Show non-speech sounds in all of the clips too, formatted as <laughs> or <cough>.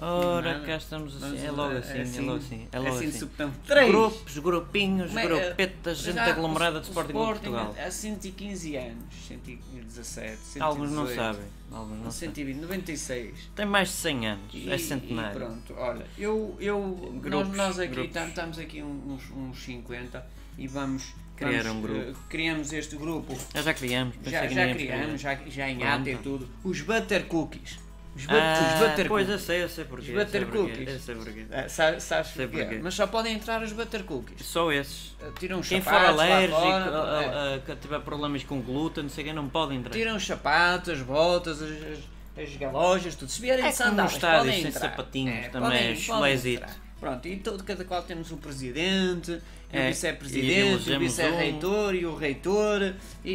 Ora, Nada. cá estamos assim. Vamos É logo lá, assim, é é assim, logo assim. É é logo assim de assim. subtão. Três. Grupos, grupinhos, Mas, grupetas, eh, gente já há- aglomerada de o é Sporting, de Portugal. Há 115 anos, 117, 118, Alguns não sabem. Alguns não sabem. 120, 96. Tem mais de 100 anos, E, é e centenário. pronto, olha, eu, eu Grupos, nós, nós aqui grupos. tam- estamos aqui um, uns, uns 50 e vamos Criar vamos, um grupo. eh, criamos este grupo. Nós já criamos, Já, pensei que já ninguém nos criamos, queria. já, já em Pronto. ata e tudo. Os Butter Cookies. Os, but, os Ah, Butter pois Cookies. eu sei, eu sei porquê. Os eu sei Butter porquê, Cookies. Eu sei porquê. Ah, sa- sabes Sei porquê? porquê. Mas só podem entrar os Butter Cookies. Só esses. Ah, Tiram os Quem for sapatos lá alérgico, fora, a- é. a- a- que tiver problemas com glúten, não sei quem, não pode entrar. Tiram os sapatos, as botas, as, as, as galojas, tudo. Se vierem É de como sandálias, nos estádios, podem sem entrar. sapatinhos, também é chulezito. entrar. Pronto, e todo, cada qual temos um presidente, É, um e vice-presidente, um elegemos vice-reitor e o reitor. E, e,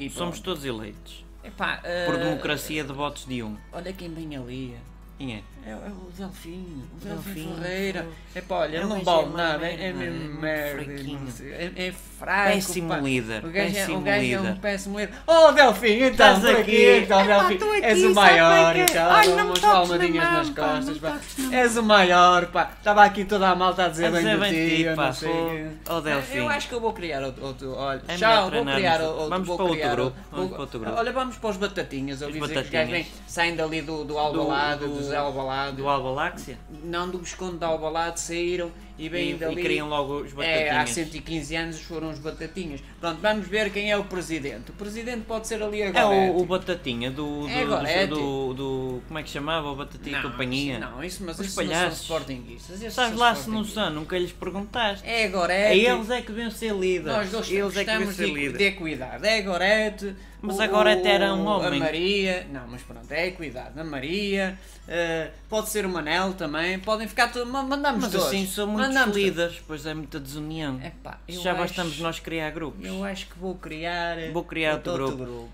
e, e Somos pronto. todos eleitos. Epá, Por ah, democracia de votos de um. Olha quem vem ali. Quem é? É, é o Delfim, o Delfim, Delfim Ferreira. pô. É pá, olha, Ele não é vale uma nada, é, é merda, é mesmo muito merda. fraquinho. não sei, É, é fraco. Péssimo pá. líder, O gajo, é, péssimo o gajo é líder. um péssimo líder. Oh, Delfim, então, Estás por aqui, aqui. então, Epá, Delfim. tô aqui, és sabe o como é que maior, é? então, Ai, não me umas toques na palmadinhas mão, nas pá, não costas, me pá. toques na mão. És o maior, pá. Estava aqui toda a malta a dizer Mas bem é de bem ti, de eu ti, pá. não sei o quê. fogo. Oh, Delfim. Eu acho que eu vou criar outro. outro olha, É melhor tchau, vou treinarmos criar outro. outro. Vamos vou para outro criar grupo, outro. vamos Vou- para outro grupo. Olha, vamos para os batatinhas. Eu Os vi dizer que os gajos batatinhas. vêm- saem dali do, do Albalado, do- dos Albalado Do Albaláxia? não do Visconde de Albalade saíram e E, vêm e dali. criam logo os é, há batatinhas. 115 anos foram os batatinhas. Pronto, vamos ver quem é o presidente. O presidente pode ser ali É agora. tipo- o, o Batatinha do do, É do, Gorete. do, do- Como é que chamava? O Batatinha e Companhia. Não, isso, mas Os isso palhaços. não são sportinguistas. esses Sabes são lá se não sportinguistas. são, nunca lhes perguntaste. É Gorete. É eles é que deviam ser líderes. Nós gostamos, eles é que deviam gostamos ser de, líderes. de equidade. É Gorete. Mas o- a Gorete era um o- homem. A Maria. Não, mas pronto, é equidade. A Maria. eh, pode ser o Manel também. Podem ficar todos. ma- Mandamos Mas todos. assim são muitos Mandamos todos. líderes, pois é muita desunião. Epá, eu Já acho- bastamos nós criar grupos. Eu acho que vou criar. Vou criar outro grupo.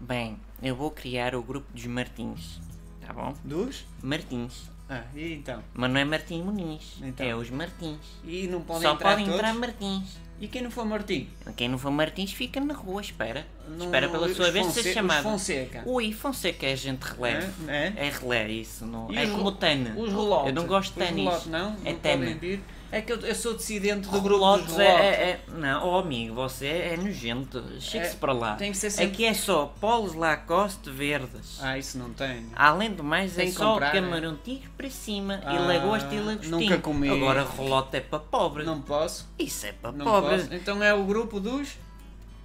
Bem, eu vou criar o grupo dos Martins. Tá bom? Dos? Martins. Ah, e então? Mas não é Martim Muniz. Então. É os Martins. E não podem Só entrar podem todos? entrar Martins. E quem não for Martim? Quem não for Martins fica na rua, espera. Não- espera pela os sua vez de Fonse- ser os chamado. Fonseca. Ui, Fonseca é gente relé. É? É relé, isso. Não... E É os como o ro- Tano. Os relotes. Eu não gosto de Os ténis. relotes, É não? não podem Tano. vir. É que eu, eu sou dissidente do grupo dos Relotes é, relotes. é- é- Não, oh amigo, você é nojento. Chegue-se É, para lá. tem que ser sempre- Aqui é só polos Lacoste verdes. Ah, isso não tenho. Além do mais, Tem é que só comprar, camarão tigre para cima e Ah, lagosta e lagostinho. nunca comi. Agora relote é para pobre. Não posso. Isso é para Não pobre. posso. Então é o grupo dos,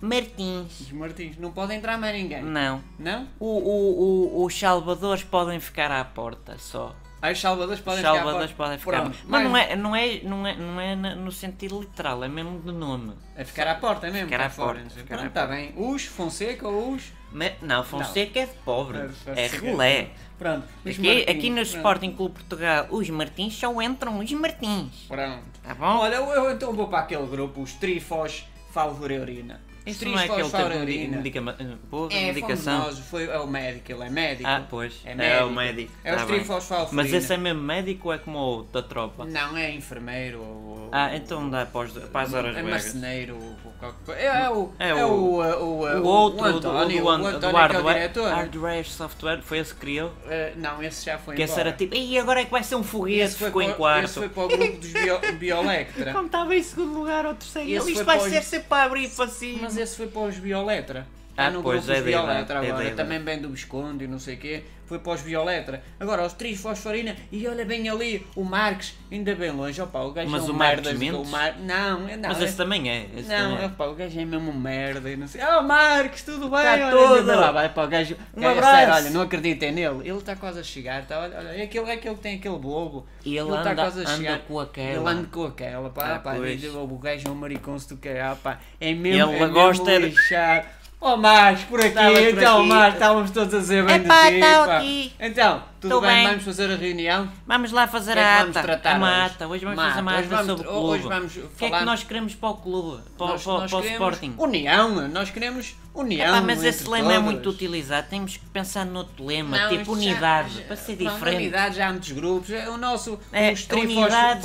Martins. dos Martins. Não pode entrar mais ninguém. Não. Não? O, o, o, os salvadores podem ficar à porta só. Ah, os salvadores Os podem salvadores ficar. à podem porta. ficar. Pronto, Mas não mais- é, não, é, não, é, não é na- no sentido literal, é mesmo de nome. É ficar à porta, é mesmo? Ficar cá à fora. porta, ficar à Pronto, está bem. Os Fonseca ou os. Ma- não, Fonseca é de pobre. É de Fonseca. É relé. Pronto. os Aqui, Martins, é. aqui no pronto. Sporting Clube Portugal, os Martins só entram os Martins. Pronto. Tá bom? Olha, eu, eu então vou para aquele grupo, os Trifós Falvoreurina. Os Isso não é aquele Trifós termo de Falvoreurina. medicama- boa É, fomos medicação. nós, foi, é o médico, ele é médico. Ah, pois. É, É, médico. o médico. É os Tá bem. trifosfalfurina. Mas esse é mesmo médico ou é como o outro da tropa? Não, é enfermeiro ou... Ah, então dá para, os, para as horas É bregas. marceneiro ou qualquer coisa. É, é o, É é, o- o, o, O outro, o do, António, do, o An- do António que é o hardware, diretor. hardware Software, foi esse que criou? Eh, não, esse já foi Que esse era embora. tipo, e agora é que vai ser um foguete, Esse foi ficou em para- quarto. Esse foi para o grupo dos <laughs> bio, Biolectra. Como estava em segundo lugar ou terceiro, Esse isto foi vai para os- ser sempre para abrir para cima. Mas é- esse foi para os Violetra. Ah, Está no pois, grupo é dos Violetra verdade, é agora. verdade. Também vem do Visconde e não sei o quê. Foi para os Violetra. Agora, os três Fosforina. E olha bem ali, o Marques, ainda bem longe. Opa, o gajo Mas é o um Marques merda. Mendes? O Mar... Não, é- não. Mas é- esse também é. Esse Não, também é. opa, o gajo é mesmo um merda e não sei. Ah, Marques, tudo bem? Tá Olha, tudo. anda Lá, vai para o gajo. Um É, é abraço. sério, olha, não acreditem nele. Ele está quase a chegar. Tá, olha, olha, é, aquele, é aquele que tem aquele bobo. E ele está anda- quase a anda chegar. com aquela. Ele anda com aquela. Pá, Ah, pá, pois. o gajo é um mariconso do caralho. Pá, é mesmo. Ele é gosta mesmo de- lixado. Ó oh, Marcos, por aqui, Estava por então aqui. Marcos, estávamos todos a dizer bem Epá, de ti, tá pá. aqui. Então, tudo Tô bem, bem. vamos fazer a reunião? Vamos lá fazer que é que a vamos ata, tratar a hoje? ata. Hoje vamos Mata, fazer uma hoje ata vamos- sobre o clube. hoje vamos o que é que falar- nós queremos para o clube? Para, Nós- para- nós para o queremos Sporting? União, nós queremos união. Epá, mas esse entre lema é todos. muito utilizado, temos que pensar noutro lema, Não, tipo isto já- unidade, já- para ser pronto, diferente. Unidade já há muitos grupos. É O nosso. É, os unidade,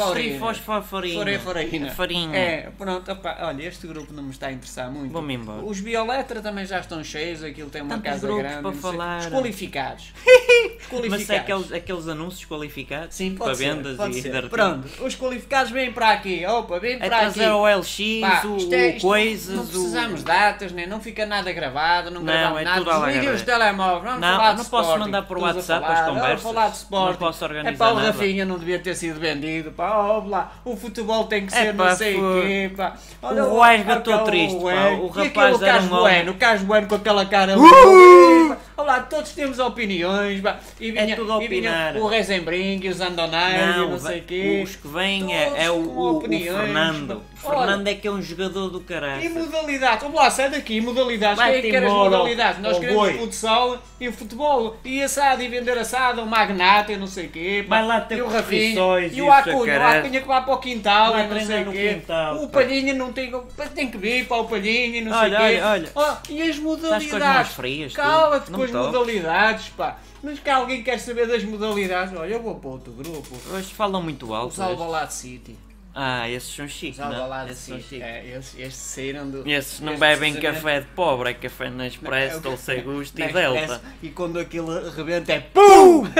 trifosfosforina. trifosfosforina. Farinha. Farinha. É, pronto, opá, olha, este grupo não me está a interessar muito. Vou-me embora. Os Bioletra também já estão cheios, aquilo tem uma Tantos casa grupos grande. para não sei. falar. <laughs> Os qualificados. os qualificados. Mas isso é qualificados. aqueles, aqueles anúncios qualificados Sim, para pode ser, vendas pode e ser. de artigos. Pronto, os qualificados vêm para aqui. Opa, vêm É para aqui. trazer o LX, Pá, o, isto é- o isto coisas, Não precisamos o... de datas, nem não fica nada gravado, não, Não, gravamos é nada. tudo à la Desliguem os grande. telemóveis, vamos Não, falar de não posso Sporting, mandar por estamos a WhatsApp falar, as vamos conversas. falar de Sporting. Não posso organizar É pá, o nada. Rafinha não devia ter sido vendido, pá, ó, lá, o futebol tem que ser É pá, não sei o foi. quê, pá. O ó, Ruais ó, cá gatou o triste, pá, Ruais. o E rapaz aquele era Cas um Bueno, homem. o Cas Bueno com aquela cara... Uh! Olá, todos temos opiniões, pá. E vinha, É tudo a e vinha opinar. o Rezembringue, os Andonais, Não, e não sei o quê. os que vêm é, é o, Todos com o- o opiniões, Fernando. O pá. Olha, Fernando é que é um jogador do e caralho. modalidades? Vamos lá, sai daqui, modalidades. Vai-te Quem é que quer as embora, modalidades? Nós ó queremos Oh, boi. futsal e futebol. E assado, e vender assado, o magnata e não sei o quê. pá. Vai lá ter e o profissões, E o isso, Acunha, o caralho. Acunha que vai para o quintal Vai e não sei treinar o no quê. quintal, o pá. Palhinha não tem... Tem que vir para o Palhinha e não Olha, sei o quê. olha, olha. Oh, e as modalidades? com as mãos frias, tu. Cala-te Não com as toques. modalidades, pá. Mas que alguém quer saber das modalidades? Olha, eu vou para outro grupo. Hoje falam muito alto. Os hoje. Alvalade City. Ah, esses são chiques, Os não? Alvalade Esses são City. chiques. É, esses, esses saíram do... Esses não estes bebem precisamente- café de pobre, é café na Expresso, é. Dolce Gusto e Mas Delta. parece- E quando aquilo rebenta é PUM! <laughs>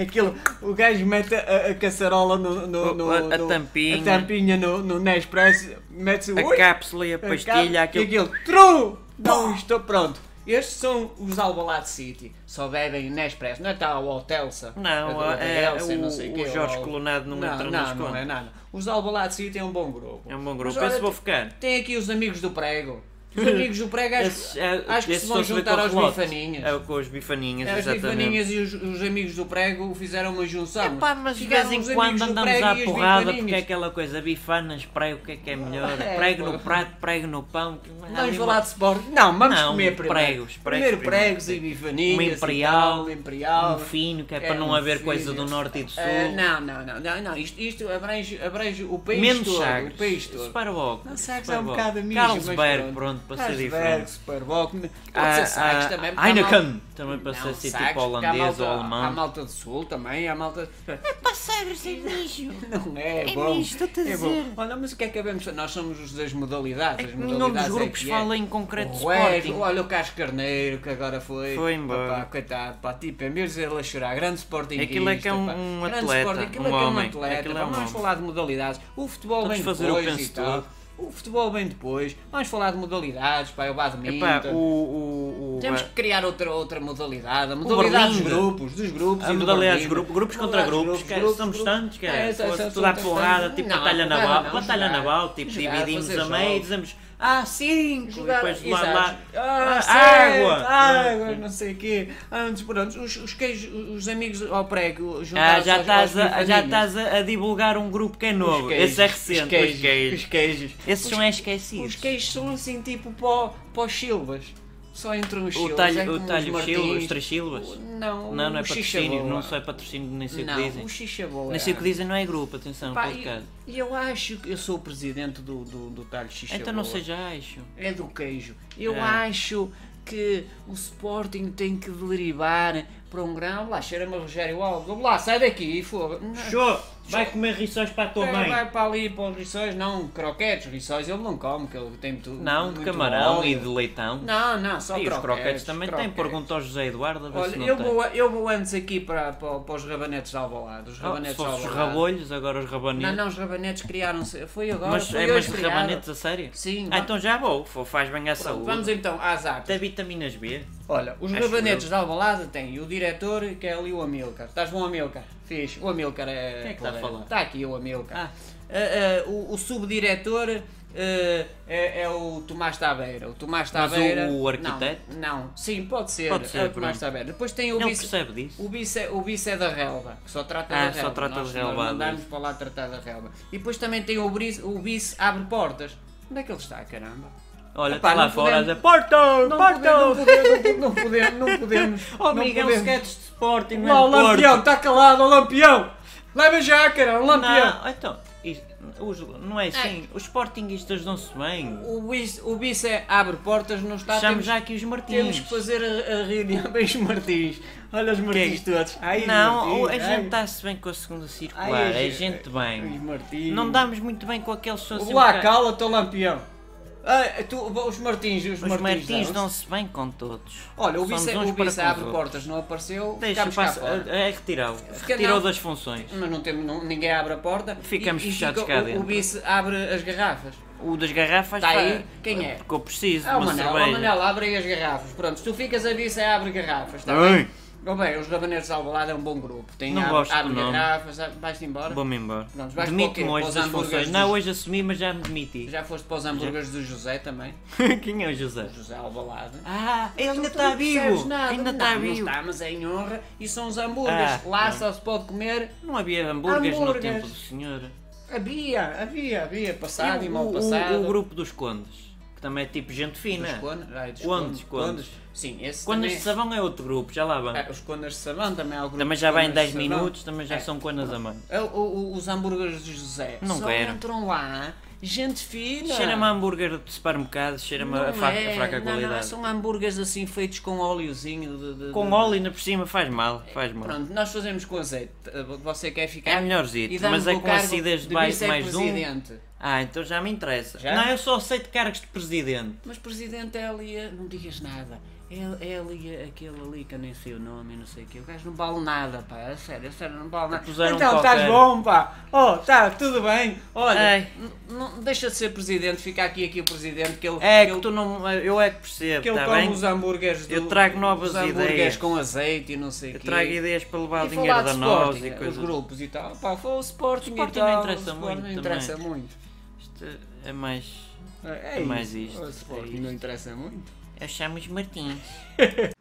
aquilo, o gajo mete a, a caçarola no, no, O- no- a- a no- tampinha. a tampinha no, no Nespresso, mete-se A ui, cápsula e a a cap- pastilha, E aquilo. aquilo, TRU! Não, estou pronto. Estes são os Albalade City, só bebem Nespresso, não é tal o Telsa? Não, a- a- é- a Elsa, o- não sei o quê, Jorge ou- Colonado não entra não, nas não, não contas. é nada. Os Albalade City é um bom grupo. É um bom grupo. Mas olha, Esse vou ficar. Tem aqui os amigos do <laughs> prego. Os amigos do prego acho, Esses, é, acho que se esses vão estão a juntar ver aos com relotes. bifaninhas. É, com os bifaninhas, As exatamente. bifaninhas e os, os amigos do prego fizeram uma junção. Epá, mas de então. Ficaram vez em os quando amigos do andamos prego à e os porrada porque é bifaninhas. aquela coisa, bifanas, prego, o que é que é melhor? É, Prego pô. no prato, prego no pão. que não é há Vamos nenhuma- falar de sport. Não, vamos Não, comer primeiro. pregos, pregos primeiro primeiro. pregos e bifaninhas. Uma e imperial, tal, uma imperial. um fino, que é, É, para não um haver fino. coisa do norte e do sul. Ah, não, não, não, não, não. Isto, isto abrange, abrange o país Menos todo. Sagres. O país todo. Sparbock. Não, Sagres é um bocado amigo. Carlsberg, pronto, para ser diferente. Superbock. Pode Ah, ser Sagres ah, também. porque há Heineken, mal- também para ser Não, tipo Sagres, porque há holandês malta- ou alemão. Há malta do sul também, há malta... Para Sagres é mijo. <laughs> Não é, É bom. misto, estou-te a é bom. dizer. Olha, mas o que é que havemos? Nós somos os das modalidades. as Nenhum dos modalidades é grupos que é. fala em concreto de O Ed, Sporting. olha o Carlos Carneiro que agora foi. Foi embora. Pá, coitado, pá, tipo, em vez de ele a chorar, grande Sporting. Aquilo é que é um- um atleta, aquilo um é que é um homem, atleta. aquilo é pá, um vamos homem. falar de modalidades. O futebol Vamos vem fazer o depois e penso tal. todo. O futebol vem depois. Vamos falar de modalidades, pá, o badminton. Epá, o, o, o, Então. Temos a- que criar outra, outra modalidade, a modalidade dos Berlinda. grupos, dos grupos Um A e do modalidade Berlinda. grupo, grupos contra Modalidades, grupos, que somos tantos, que É, é, são- são- se são toda a tantos, porrada, tantos. tipo Não, batalha porrada naval, não, batalha jogar. naval, tipo Jogar, dividimos fazer a meio jogos. e dizemos, ah, cinco, e Jogar, depois lá, exato. lá, Ah, ah, sete, água. Ah, água, não sei o quê. Ah, Antes, pronto, os, os, queijos, os amigos ao prego Ah, juntaram-se já aos- estás, aos a, já bifaninhos. estás a, a divulgar um grupo que é Os novo, queijos, esse é recente, os Os queijos. queijos. Os queijos, Esses Os- são os esquecidos. queijos são assim tipo pó, pó silvas. Só entre os O silvas. é talho, como o talho os silva, os martins. três silvas. Não, Não, não é o xixa patrocínio, boa. não só é patrocínio, nem sei o que Não, dizem. o xixa-bola. Nem sei o que dizem, não é grupo, atenção, Pá, podcast. e eu, eu acho que eu sou o presidente do, do, do talho xixa Então não boa. seja acho. É do queijo. Eu É. acho que o Sporting tem que derivar para um grão. Lá cheira-me a Rogério Alves. Lá, sai daqui, fogo. Não. Show, vai comer rissóis para a tua Vai, mãe. vai para ali para os rissóis, não croquetes, rissóis ele não come, que ele tem muito. Não, de muito camarão e óleo. de leitão. Não, não, só e os croquetes. É, croquetes também têm. croquetes. Pergunta ao José Eduardo a ver Olha, se não eu tem. vou, eu vou antes aqui para, para, para os rabanetes de Alvalade. Oh, Os se rabanetes de fosse os Alvalade. rabolhos, agora os rabanetes. Não, não, os rabanetes criaram-se. Foi agora, mas foi é hoje mais criado. rabanetes a sério? Sim, Ah, va- então já vou. fo- Faz bem à saúde. Vamos então às artes. Até vitaminas B. Olha, os Acho rabanetes eu. de Alvalade têm o diretor, que é ali o Amilcar. Estás bom, Amilcar? Fiz. O Amilcar é... Quem é que está a falar? Está aqui o Amilcar. Ah. Ah, ah, o, o subdiretor ah, é, é o Tomás Tabeira. O Tomás Mas o- Tabeira... o arquiteto? Não, não. Sim, pode ser. Pode ser, é o Tomás pronto. Tabeira. Depois tem o Não vice... percebe disso. O vice, é- o vice é da relva, que só trata Ah, da só relva. trata nós, da relva, Nós Luís. mandámos para lá tratar da relva. E depois também tem o, bris- o vice abre portas. Onde é que ele está, caramba? Olha, Epá, está lá não fora a podemos- dizer Porto! Não Porto! podemos, não podemos, <laughs> não podemos. Oh, Não Miguel, podemos. sketches de Sporting, não é Lá, o de Porto. Lampião, está calado, o Lampião! Leva já, cara, o Lampião! Não, então, isto- os- não é assim. Os Sportinguistas dão-se bem. O vice, o vice abre portas, não está Chamo temos, já aqui os temos Martins. que fazer a, a reunião <laughs> bem os Martins. Olha os Martins todos. Ai, os Não, Martins, a ai. gente está-se bem com a segunda circular, Ai, é gente Os bem. Martins. Não damos muito bem com aqueles que são assim um Lá, sempre- cala-te, ó Lampião! Ah, tu, os Martins, os, Os Martins. Martins não. dão-se bem com todos. Olha, o Somos Bissa, uns o para com Bissa os abre outros. portas, não apareceu. Deixa, Ficámos cá passa, fora. é retirá-lo. Fica Retirou não. das funções. Mas não temos, não- ninguém abre a porta. Ficamos e, e fechados fica- cá o- dentro. O Bice abre as garrafas. O das garrafas Tá aí? pá, Quem é? Porque eu preciso de Ah, o uma Manel, ó, cerveja. Manel, abre aí as garrafas. Pronto, se tu ficas a Bice, abre garrafas, está Tá bem? bem. Ó bem, os Rabaneiros de Alvalade é um bom grupo. Tem, Não abre, gosto do abre nome. garrafas, abre- vais-te embora? Vou-me embora. Pronto, vais Demite-me para o quê? Para hoje os das hambúrgueres funções. dos- Não, hoje assumi, mas já me demiti. Já foste para os hambúrgueres do José também? <laughs> Quem é o José? José Alvalade. Ah, ele ainda Tu não está percebes vivo! nada, ainda não, está não vivo! está, mas é em honra e são os hambúrgueres. Ah, Lá não. só se pode comer. Não havia hambúrgueres no Hambúrgueres. tempo do senhor. Havia, havia, havia. Passado e o, mal o- passado. o grupo dos condes, que também é tipo gente Dos fina. Condes, ai, dos Condes, Condes. Sim, esse Condes de também... Savão é outro grupo, já lá vão. Ah, os Condes de Sabão também há o grupo Também já de vai em Condes 10 de Sabão. minutos, também já É. são conas a mãe. É, o- o- os hambúrgueres de José Não só quero. entram lá gente fina. Cheira-me a hambúrguer de supermercado, cheira-me Não a fraca, é, fraca não, qualidade. Não, são hambúrgueres assim feitos com óleozinho. De, de- Com de- óleo ainda por cima faz mal, faz mal. É, Pronto, nós fazemos com azeite. Você quer ficar. É melhorzito, mas é com acidez de mais- mais um. presidente. Ah, então já me interessa. Já? Não, eu só aceito cargos de presidente. Mas presidente é ali. a- Não digas nada. É, é ali a- aquele ali que eu nem sei o nome e não sei o quê. O gajo não vale nada, pá. A sério, a sério, não vale nada. Puseram então estás qualquer. bom, pá. Oh, tá, tudo bem. Olha, Ai. n- não deixa de ser presidente, fica aqui aqui o presidente que ele. É que que ele- tu não. Eu é que percebo, que ele tá come bem? os hambúrgueres do, Eu trago novas os hambúrgueres ideias. com azeite e não sei o Eu quê. trago ideias para levar o E falar dinheiro de da nós Sporting, e os coisas. grupos e tal. Pá, foi o Sporting, Sporting e tal. não interessa o Sporting muito Não também. interessa muito. Isto é mais. É, É mais isso. isto, O é Sporting isto. não interessa muito. Eu chamo os Martins.